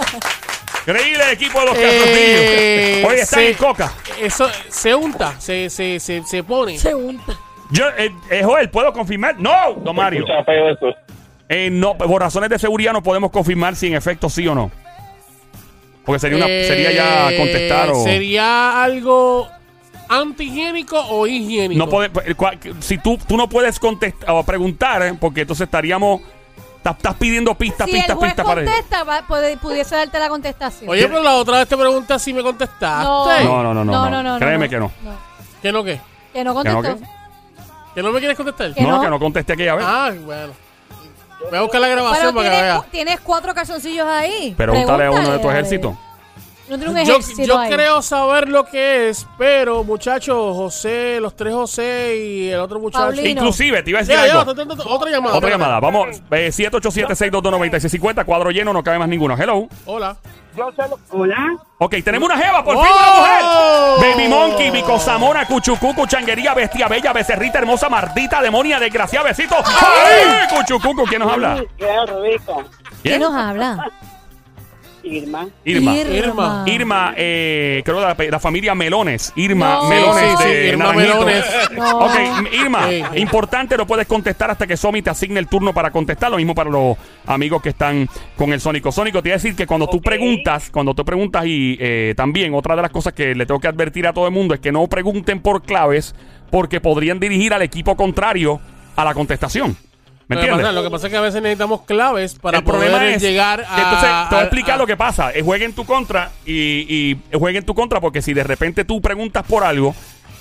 D: Increíble el equipo de los
B: Eh,
D: calzoncillos. Hoy están
B: sí.
D: en coca.
B: Eso se unta, se, se, se, se pone.
C: Se unta.
D: Yo, eh, eh, Joel, ¿puedo confirmar? No, don Mario.
E: Escucha feo eso.
D: Eh, no, por razones de seguridad no podemos confirmar si en efecto sí o no. Porque sería, una,
B: Eh,
D: sería ya contestar o...
B: Sería algo antihigiénico o higiénico.
D: No pode- eh, cua- si tú, tú no puedes contestar o preguntar, eh, porque entonces estaríamos... Estás estás pidiendo pistas,
C: Si el
D: pistas,
C: juez
D: pistas para...
C: contesta, va- puede- pudiese darte la contestación.
B: Oye, pero la otra vez te pregunta si me contestaste.
D: No, no, no, no, no. Créeme que no.
B: ¿Qué no qué?
C: Que no
D: no,
C: contestó.
B: ¿Que no me quieres contestar?
C: Que
D: no,
C: no.
D: que no contesté aquella vez.
B: Ah, bueno. Voy a buscar la
C: Pero
B: grabación para que
C: tienes,
B: vea.
C: cu- tienes cuatro calzoncillos ahí.
D: Pregúntale a uno de tu
C: Pregúntale,
D: ejército.
C: No tiene un
B: Yo,
C: ejército
B: yo
C: ahí.
B: creo saber lo que es, pero muchachos, José, los tres José y el otro muchacho.
C: Paulino.
D: Inclusive, te iba a decir
B: Ya, ya,
D: algo.
B: otra- otra- otra llamada.
D: Otra llamada. Vamos, eh, 787-622-9650, cuadro lleno, no cabe más ninguno. Hello.
B: Hola.
F: Yo sé lo... Hola.
D: Ok, tenemos una jeva, por
B: ¡Oh!
D: fin una mujer. Baby Monkey, Bicozamona, Cuchucucu, Changuería, Bestia Bella, Becerrita Hermosa, Mardita, Demonia, Desgraciada, Besito. ¡Ay! Cuchucucu, ¿quién nos habla?
F: Qué rico.
C: ¿Quién
D: ¿Quién?
C: nos habla?
F: Irma.
D: Irma.
B: Irma.
D: Irma, eh, creo la, la familia Melones. Irma
C: No.
D: Melones
B: Sí, sí,
D: de
B: Irma
D: Naranjito.
B: Melones.
C: No.
D: Ok, Irma,
B: Sí, sí.
D: importante, lo puedes contestar hasta que Somi te asigne el turno para contestar. Lo mismo para los amigos que están con el Sónico. Sónico, te iba a decir que cuando tú
F: Ok.
D: preguntas, cuando tú preguntas y eh, también otra de las cosas que le tengo que advertir a todo el mundo es que no pregunten por claves porque podrían dirigir al equipo contrario a la contestación. ¿Me
B: Lo que
D: entiendes?
B: pasa- Lo que pasa es que a veces necesitamos claves para
D: el problema
B: poder
D: es
B: llegar a.
D: que entonces te voy a explicar
B: a-
D: lo que pasa Eh, juega en tu contra y, y juega en tu contra porque si de repente tú preguntas por algo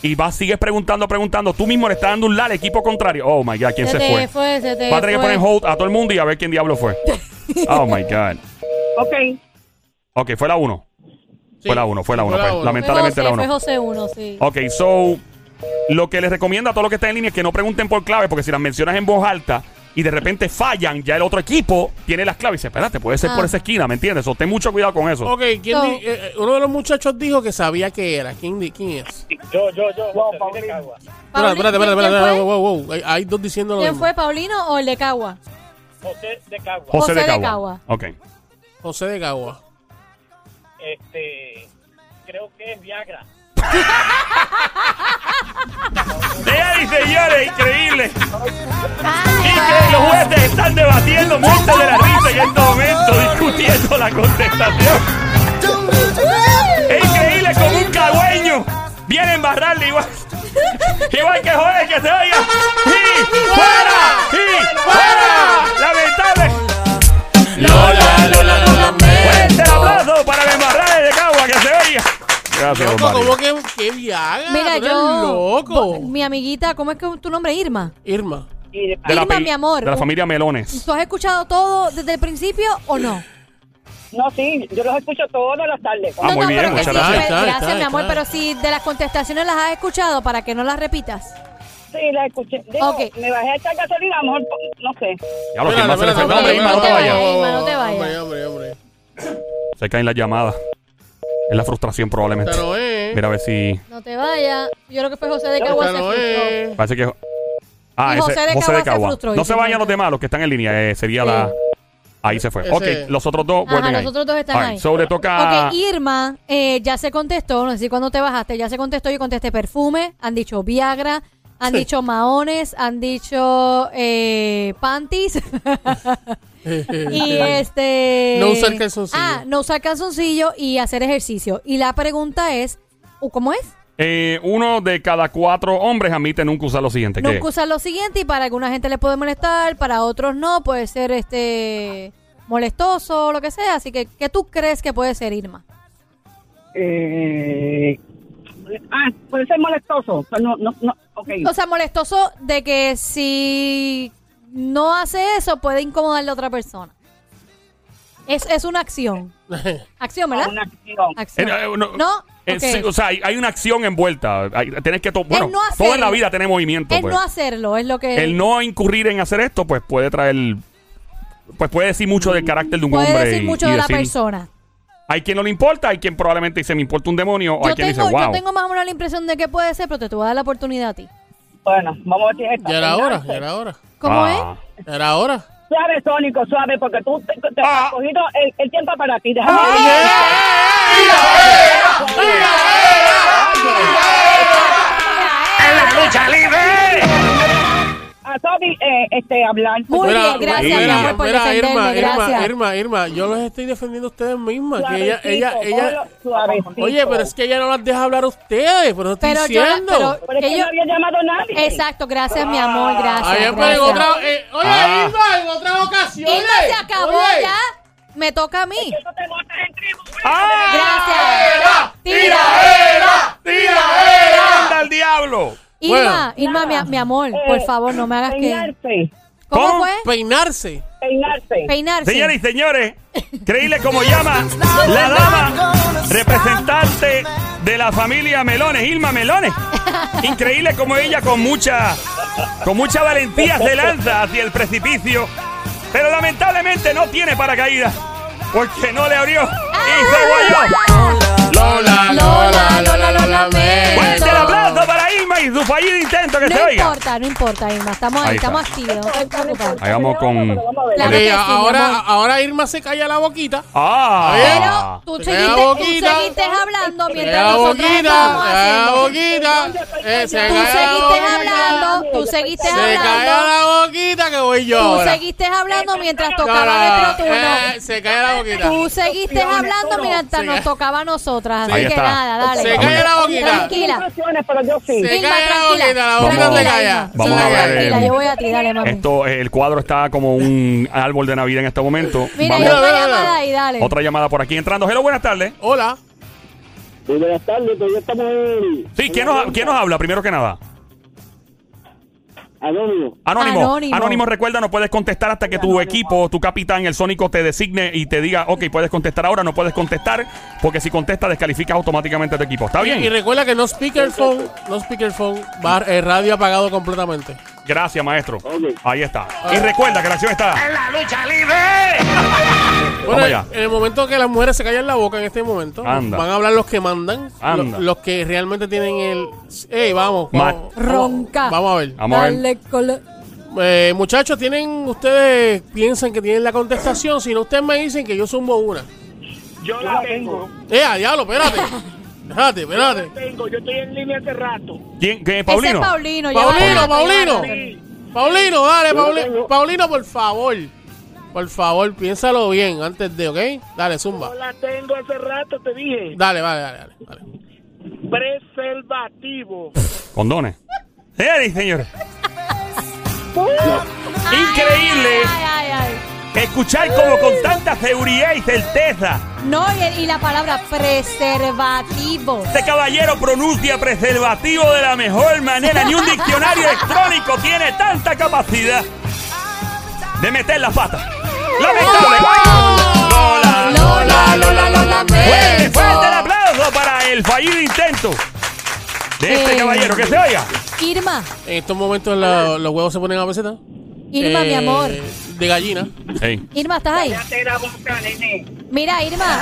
D: y vas sigues preguntando preguntando tú mismo le estás dando un la al equipo contrario oh my god quién se,
C: te
D: fue,
C: fue, se te
D: va a tener que
C: fue.
D: poner en hold a todo el mundo y a ver quién diablo fue oh my god
F: Ok.
D: ok fue la uno
B: Sí,
D: fue la uno fue la
B: sí,
D: uno
B: fue la
D: pues,
B: uno.
C: Fue
D: lamentablemente
C: José,
D: Oh. la
C: Fue
D: uno
C: José uno, sí.
D: ok so Lo que les recomiendo a todos los que están en línea es que no pregunten por claves, porque si las mencionas en voz alta y de repente fallan, ya el otro equipo tiene las claves. Y dice, espérate, puede ser
C: Ah.
D: por esa esquina, ¿me entiendes? O ten mucho cuidado con eso.
B: Ok, ¿quién
C: No.
B: di- eh, eh, uno de los muchachos dijo que sabía que era. ¿Quién, di- quién es?
E: Yo, yo, yo.
C: Paulino,
B: Espérate, espérate, espérate,
C: ¿quién-
B: espérate,
C: quién
B: wow,
C: fue?
B: wow, wow. Hay, hay dos diciendo lo
C: ¿Quién
B: mismo.
C: fue, Paulino o el de Cagua?
F: José de Cagua.
D: José,
C: José
D: de
C: de
D: Cagua.
C: Cagua.
D: Ok.
B: José de Cagua.
F: Este, creo que es Viagra.
D: Señores y señores, increíble. Increíble, los jueces están debatiendo mucho de la risa en este momento, discutiendo la contestación. Es increíble como un cagüeño viene a embarrarle igual. Igual que joder que se oiga. ¡Y fuera! ¡Y fuera! ¡Lamentable!
B: Lola, Lola, lo
D: ¡Fuerte el aplauso para el embarrarle de Cagua que se oiga! Gracias,
B: Loco, ¿cómo que, que Viagra?
C: Mira,
B: Tú eres
C: yo.
B: loco.
C: Mi amiguita, ¿cómo es que tu nombre es Irma?
B: Irma.
C: Irma, mi amor.
D: De la familia Melones.
C: ¿Tú has escuchado todo desde el principio o no?
F: No, sí, yo los escucho todas las tardes.
D: Ah,
C: no,
D: muy
C: no,
D: bien,
C: pero que
D: muchas
C: sí,
D: gracias.
C: pues,
B: Está, está,
C: gracias, mi
B: está.
C: amor, pero si de las contestaciones las has escuchado, para que no las repitas.
F: Sí, las escuché. Digo,
C: Ok.
F: me bajé a echar gasolina, a lo mejor, no sé.
D: Ya lo que más se le
B: Espérate,
D: fue.
B: espérate,
D: Hombre, Irma, no te
C: espérate.
D: vayas.
C: Irma, no te vayas.
B: Hombre, hombre, hombre.
D: Se caen las llamadas. Es la frustración probablemente.
B: Esta no es.
D: Mira a ver si.
C: No te vayas. Yo creo que fue José de Cagua.
B: Esta
C: se
B: no
C: frustró.
B: es.
D: Parece que. Ah,
C: Y
D: ese,
C: José de
D: José de
C: Cagua se
D: Cagua.
C: frustró y
D: No se
C: se
D: vayan
C: fue.
D: los demás, los que están en línea. eh, sería
C: Sí.
D: la. Ahí se fue.
B: Ese-
D: Ok, los otros dos
C: Ajá,
D: vuelven ahí.
C: los otros dos están
D: Alright,
C: ahí.
D: so le toca.
C: Ok, Irma eh, ya se contestó, no sé si cuando te bajaste, ya se contestó, yo contesté perfume, han dicho Viagra, han
B: Sí.
C: dicho maones, han dicho eh, panties y este...
B: No usar calzoncillo.
C: Ah, no usar calzoncillo y hacer ejercicio. Y la pregunta es, ¿uh, ¿cómo es?
D: Eh, uno de cada cuatro hombres admite nunca usar lo siguiente. ¿Qué?
C: Nunca usar lo siguiente y para alguna gente le puede molestar, para otros no, puede ser este molestoso o lo que sea. Así que, ¿qué tú crees que puede ser Irma?
F: Eh, ah, puede ser molestoso, pero no, no, no, ok.
C: O sea, molestoso de que si no hace eso puede incomodarle a otra persona. Es, es una acción. Acción, ¿verdad?
F: Una acción.
D: Eh,
C: Acción.
D: eh, no.
C: No,
D: eh,
C: ok.
D: sí, o sea, hay, hay una acción envuelta. Hay- tienes que to- bueno,
C: no hacerlo.
D: toda en la vida tiene movimiento.
C: El
D: pues.
C: no hacerlo es lo que
D: El no incurrir en hacer esto, pues puede traer. Pues puede decir mucho del carácter de un
C: Mm, puede
D: hombre.
C: decir
D: y-
C: mucho
D: y
C: de la
D: decir-
C: persona.
D: Hay quien no le importa, hay quien probablemente dice me importa un demonio, o hay
C: Yo
D: quien
C: tengo,
D: dice wow.
C: yo tengo más o menos la impresión de que puede ser, pero te, te voy a dar la oportunidad a ti.
F: Bueno, vamos a ver si es esta.
B: Ya era hora, ya era hora.
C: ¿Cómo
D: Ah.
C: es?
B: Ya era hora.
F: Suave, Sónico, suave, porque tú te, te
D: Ah.
F: has cogido el, el tiempo para ti. Déjame
D: ¡En la lucha libre!
F: a Toby eh, este, hablar.
C: Muy bien, gracias, mi
B: mira,
C: amor, por
B: mira, Irma,
C: defenderme,
B: Irma,
C: gracias.
B: Irma, Irma, yo los estoy defendiendo a ustedes mismas. Que ella,
F: Suavecito,
B: ella, ella,
F: ponlo suavecito.
B: oye, pero es que ella no las deja hablar a ustedes, pero no estoy
C: Pero yo la-
B: diciendo.
C: pero-
F: Pero es que
C: ellos-
F: no había llamado a nadie.
C: Exacto, gracias, mi amor, gracias.
B: Ay, pero en
C: gracias.
B: otra, eh, oye,
D: Ah.
B: Irma, en otras ocasiones.
C: Irma, se acabó
B: Oye.
C: ya. Me toca a mí.
F: Tú te botas en tribu.
D: ¡Ah!
C: Gracias.
D: ¡Tiraera! ¡Tiraera! ¡Anda al diablo!
B: Bueno.
C: Irma, Irma, mi, mi amor,
F: Eh,
C: por favor, no me hagas que...
F: Peinarse,
C: ¿Cómo
D: ¿Cómo?
C: fue?
B: Peinarse.
F: peinarse.
C: Peinarse.
D: Señoras y señores, creíble como llama la dama representante de la familia Melones, Irma Melones. Increíble como ella con mucha con mucha valentía se lanza hacia el precipicio, pero lamentablemente no tiene paracaídas porque no le abrió
C: Ah.
D: y se voló.
B: Lola,
C: Lola, Lola, lo
D: Fuerte
C: lamento.
D: el aplauso para Irma y su fallido intento que se
C: No
D: oiga.
C: importa, no importa, Irma. Estamos ahí,
D: Ahí está.
C: estamos activos. No te preocupes.
D: Ahí vamos con.
C: Claro que sí, mi
B: ahora,
C: amor.
B: ahora Irma se calla la boquita.
D: ¡Ah!
C: Pero tú
B: Se
C: seguiste,
B: queda
C: tú
B: boquita.
C: seguiste hablando
B: Se calla
C: mientras
B: la
C: nosotros estábamos
B: boquita, la
C: haciendo.
B: boquita. eh, se
C: Tú
B: calla la
C: seguiste
B: boquita.
C: hablando, tú seguiste
B: Se calla
C: hablando.
B: la boquita que voy yo.
C: Tú
B: ahora.
C: seguiste hablando mientras
B: No,
C: tocaba
B: no,
C: nuestro
B: eh,
C: turno.
B: se calla la boquita.
C: Tú seguiste hablando mientras
B: Se
C: nos
B: ca-
C: tocaba a nosotras.
D: Ahí
C: Así que
D: está.
C: nada, dale.
B: Se calla la boquita.
C: Tranquila.
F: Pero yo sí.
B: Se
C: Irma,
B: calla la boquita, la boquita
C: tranquila,
B: se calla.
C: Irma.
D: Vamos a ver,
C: Tranquila,
D: eh,
C: yo voy a ti, dale, mami.
D: Esto, eh, el cuadro está como un árbol de Navidad en este momento.
C: Mira, hay
D: Vamos.
C: una
B: Dale, dale,
C: llamada
B: dale.
C: ahí, dale.
D: Otra llamada por aquí entrando. Hello, buenas tardes.
B: Hola.
E: Buenas tardes, todavía estamos en...
D: Sí, ¿quién nos, ¿quién nos habla primero que nada?
G: Anónimo.
D: Anónimo. Anónimo.
C: Anónimo.
D: recuerda, no puedes contestar hasta que tu equipo, tu capitán, el sónico te designe y te diga, ok, puedes contestar ahora, no puedes contestar, porque si contestas descalificas automáticamente a tu equipo. ¿Está
B: Y
D: bien?
B: recuerda que no speakerphone, no speakerphone, bar, eh, radio apagado completamente.
D: Gracias, maestro.
G: Ok.
D: Ahí está. Y recuerda que la acción está.
B: Bueno,
D: allá.
B: en el momento que las mujeres se callan la boca en este momento,
D: Anda.
B: van a hablar los que mandan,
D: Anda.
B: lo- los que realmente tienen el... ¡Ey, vamos!
D: Ma-
B: vamos,
C: Ronca.
B: Vamos a ver.
D: Vamos a ver.
C: Dale colo-
B: Eh, muchachos, tienen ustedes piensan que tienen la contestación, si no ustedes me dicen que yo sumo una.
F: Yo la tengo.
B: Eh, diablo, espérate. Espérate, espérate.
F: Tengo, yo estoy en línea hace rato.
D: ¿Quién? ¿Quién
C: Ese
D: es
C: es
D: Paulino?
C: Paulino.
B: Paulino,
C: llévatelo,
B: Paulino.
C: llévatelo.
B: Paulino, dale,
G: lo
B: Pauli-
G: tengo.
B: Paulino, por favor. Por favor, piénsalo bien antes de, ¿ok? Dale, zumba.
F: Yo la tengo hace rato, te dije.
B: Dale, vale, dale, dale. dale.
F: Preservativo.
D: Condones. Sí, señores. Increíble
C: Ay, ay, ay.
D: escuchar como con tanta seguridad y certeza
C: No, y, y la palabra preservativo.
D: este caballero pronuncia preservativo de la mejor manera. Ni un diccionario electrónico tiene tanta capacidad de meter la pata. Lamentable. Lola,
C: Lola, Lola, lo
D: Fuerte,
C: lamento.
D: fuerte el aplauso para el fallido intento de este
C: Eh.
D: caballero. Que se oiga.
C: Irma,
B: En estos momentos la- los huevos se ponen a peseta.
C: Irma,
B: Eh,
C: mi amor.
B: De gallina.
C: Irma, ¿estás ahí?
F: Te la boca, nene.
C: Mira, Irma.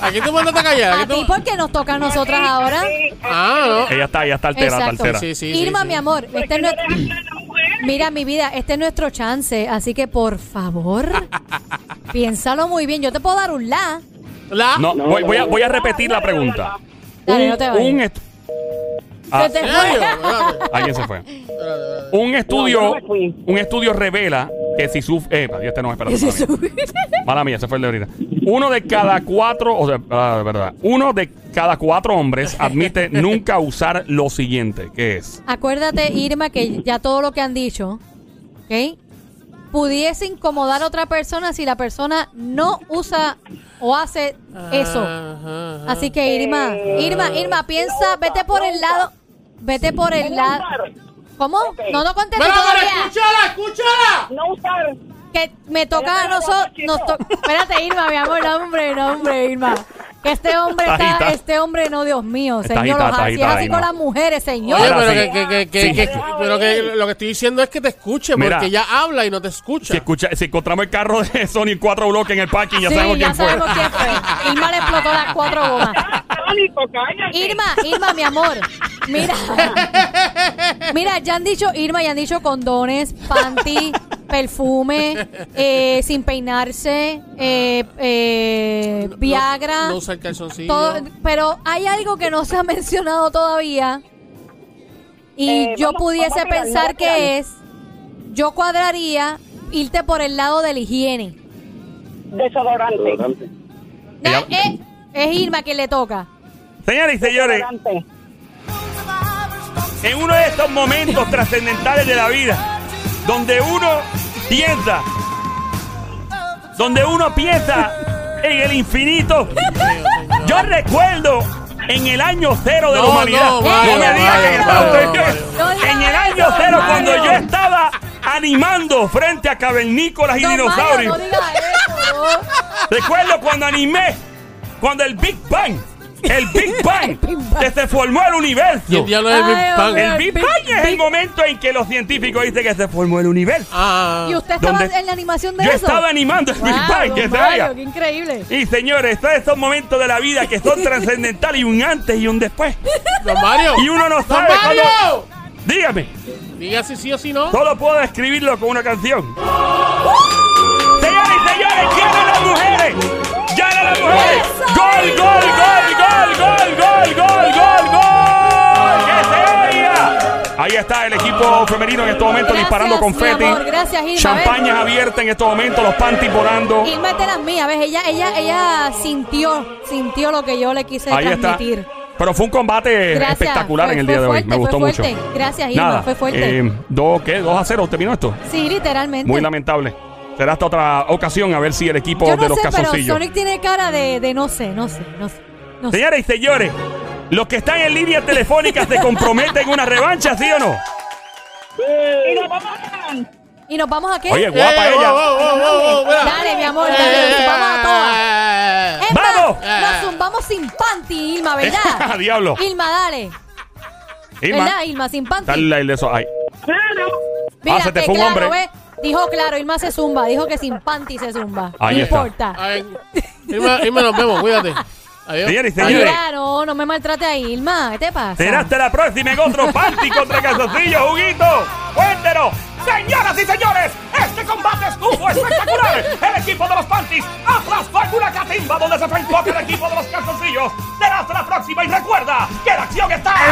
B: ¿A quién te mandaste a callar?
C: A
B: ¿A quién
C: ti
B: te-
C: porque nos toca a nosotras ahora.
F: Eh,
B: Ah, no.
D: Ella está, ella está alterada, está
C: Exacto.
D: alterada.
B: Sí, sí, sí,
C: Irma,
B: sí. Pues
C: mi amor,
F: pues
C: este es nuestro- Mira, mi vida, este es nuestro chance, así que por favor, piénsalo muy bien. Yo te puedo dar un la.
B: La.
D: No, voy, voy a, voy a repetir la pregunta.
C: Dale, no te
D: Un
C: vayas.
D: estu- Ah,
C: Se te
B: ¿En
C: fue.
B: serio? Espérate,
D: alguien se fue.
B: espérate, espérate.
D: Un estudio,
G: No, yo me fui.
D: un estudio revela que si su eh, Dios, este no espérate,
C: Se
D: mala mía.
C: sube.
D: Mala mía, se fue el de ahorita. Uno de cada cuatro, o sea, ah, verdad. Uno de cada cuatro hombres admite nunca usar lo siguiente, que es.
C: Acuérdate, Irma, que ya todo lo que han dicho, ¿ok? Pudiese incomodar a otra persona si la persona no usa o hace eso.
B: Ajá, ajá.
C: Así que Irma, Irma, Irma, piensa, vete por el lado, vete por el lado. ¿Cómo? No, no contestes
B: Mira, pero
C: todavía.
B: escúchala, escúchala.
F: No usar.
C: Que me toca a nosotros. nos to- Espérate, Irma, mi amor, no, hombre, no, hombre, Irma. Que este hombre
D: Está
C: está,
D: agitada.
C: este hombre, no, Dios mío,
D: Está
C: señor,
D: agitada,
C: así
D: está
C: es
D: agitada,
C: así
D: Irma.
C: con las mujeres,
B: Oye,
C: señor.
D: Ahora
B: pero
D: sí.
B: que, que, que, que,
D: Sí.
B: que- pero que lo que estoy diciendo es que te escuche, porque
D: Mira.
B: ella habla y no te escucha.
D: Si, escucha, si encontramos el carro de Sony en cuatro bloques en el parking, ya
C: sí,
D: sabemos
C: ya
D: quién fue.
C: sabemos quién fue. Irma le explotó las cuatro bombas. Ah. Irma, Irma, mi amor. Mira. Mira, ya han dicho, Irma, ya han dicho condones, panty, perfume, eh, sin peinarse, eh, eh,
B: No-
C: Viagra.
B: No, usa el calzoncillo.
C: todo- pero hay algo que no se ha mencionado todavía. Y yo pudiese pensar que es, yo cuadraría irte por el lado de la higiene.
G: Por
F: Desodorante.
G: lo tanto,
D: Ella-
C: No, eh, es Irma quien le toca.
D: Señoras y señores, en uno de estos momentos trascendentales de la vida, donde uno piensa, donde uno piensa en el infinito, yo recuerdo en el año cero de
B: No,
D: la humanidad,
B: no,
D: no,
B: Mario,
D: me digas
B: Mario,
D: que en el
B: Mario,
D: año
B: Mario.
D: cero-
C: No digas
D: en el año
C: eso,
D: cero,
C: Mario.
D: cuando yo estaba animando frente a cavernícolas y
C: Don Mario,
D: dinosaurios,
C: no diga eso.
D: Recuerdo cuando animé, cuando el Big Bang, el Big Bang, que se formó el
B: Y el
D: universo.
B: diablo es
C: Ay,
B: Big Bang.
C: hombre.
D: El Big
C: Big-
D: Bang es el
C: Big-
D: momento en que los científicos dicen que se formó el universo.
B: Ah,
C: ¿Y usted estaba
D: ¿Dónde?
C: en la animación de
D: Yo
C: eso?
D: estaba animando el
C: Wow,
D: Big Bang, que
C: don
D: se
C: Mario,
D: vaya.
C: qué increíble.
D: Y señores, todos estos momentos de la vida que son trascendentales y un antes y un después.
B: don Mario.
D: Y uno no
B: ¡Don
D: sabe
B: Mario!
D: cuándo- Dígame,
B: Diga si sí o si no.
D: solo puedo describirlo con una canción. Señores y señores, llegan las mujeres. Llegan las mujeres. Gol, gol, gol, gol, gol, gol, gol, gol, gol. Que se oiga. Ahí está el equipo femenino en este momento
C: Gracias,
D: disparando
C: mi
D: confeti.
C: amor, gracias, Irma.
D: Champañas abiertas en este momento, los panties volando.
C: Irma es de las mías, ¿ves? Ella, ella, ella sintió, sintió lo que yo le quise
D: Ahí está.
C: transmitir.
D: Pero fue un combate
C: Gracias.
D: espectacular
C: Fue-
D: en el
C: fue
D: día de hoy.
C: fuerte,
D: Me gustó
C: fue
D: mucho.
C: fuerte. Gracias, Irma,
D: Nada,
C: fue fuerte.
D: eh, dos, ¿qué? ¿Dos a 0 terminó esto?
C: Sí, literalmente.
D: Muy lamentable. Será hasta otra ocasión a ver si el equipo
C: yo
D: de
C: no
D: los
C: sé, pero
D: casoncillos.
C: Sonic tiene cara de, de no sé, no sé, no sé. No sé.
D: Señoras y señores, los que están en línea telefónica se comprometen en una revancha, ¿sí o no?
F: Y nos vamos a
C: ¿Y nos vamos a qué?
D: Oye, guapa
B: Eh,
D: ella.
B: oh, oh, oh, oh, mira.
C: Dale, mi amor,
B: Eh,
C: dale, vamos a todas.
B: eh,
C: Es
D: ¡Vamos!
C: más, nos zumbamos sin panty, Ilma, ¿verdad?
D: Diablo.
C: Ilma, dale. ¿Verdad,
D: Irma,
C: Ilma? Sin panty.
D: dale el de eso. Ay. Ah, se te
C: que
D: fue un
C: claro,
D: hombre.
C: ¿ves? Dijo claro, Ilma se zumba. Dijo que sin panty se zumba.
D: Ahí
C: no
D: está.
B: A
C: importa.
B: ver, Irma, Irma, nos vemos, cuídate. Adiós.
D: Señores, señores.
C: Mira, no, no me maltrate a Ilma. ¿Qué te pasa?
D: Será hasta la próxima en otro party contra Casacillo, Juguito. Cuéntenos. Señoras y señores, este combate estuvo espectacular. El equipo de los Panties aplastó en una catimba donde se enfrentó con el equipo de los Calzoncillos. Será hasta la próxima y recuerda que la acción está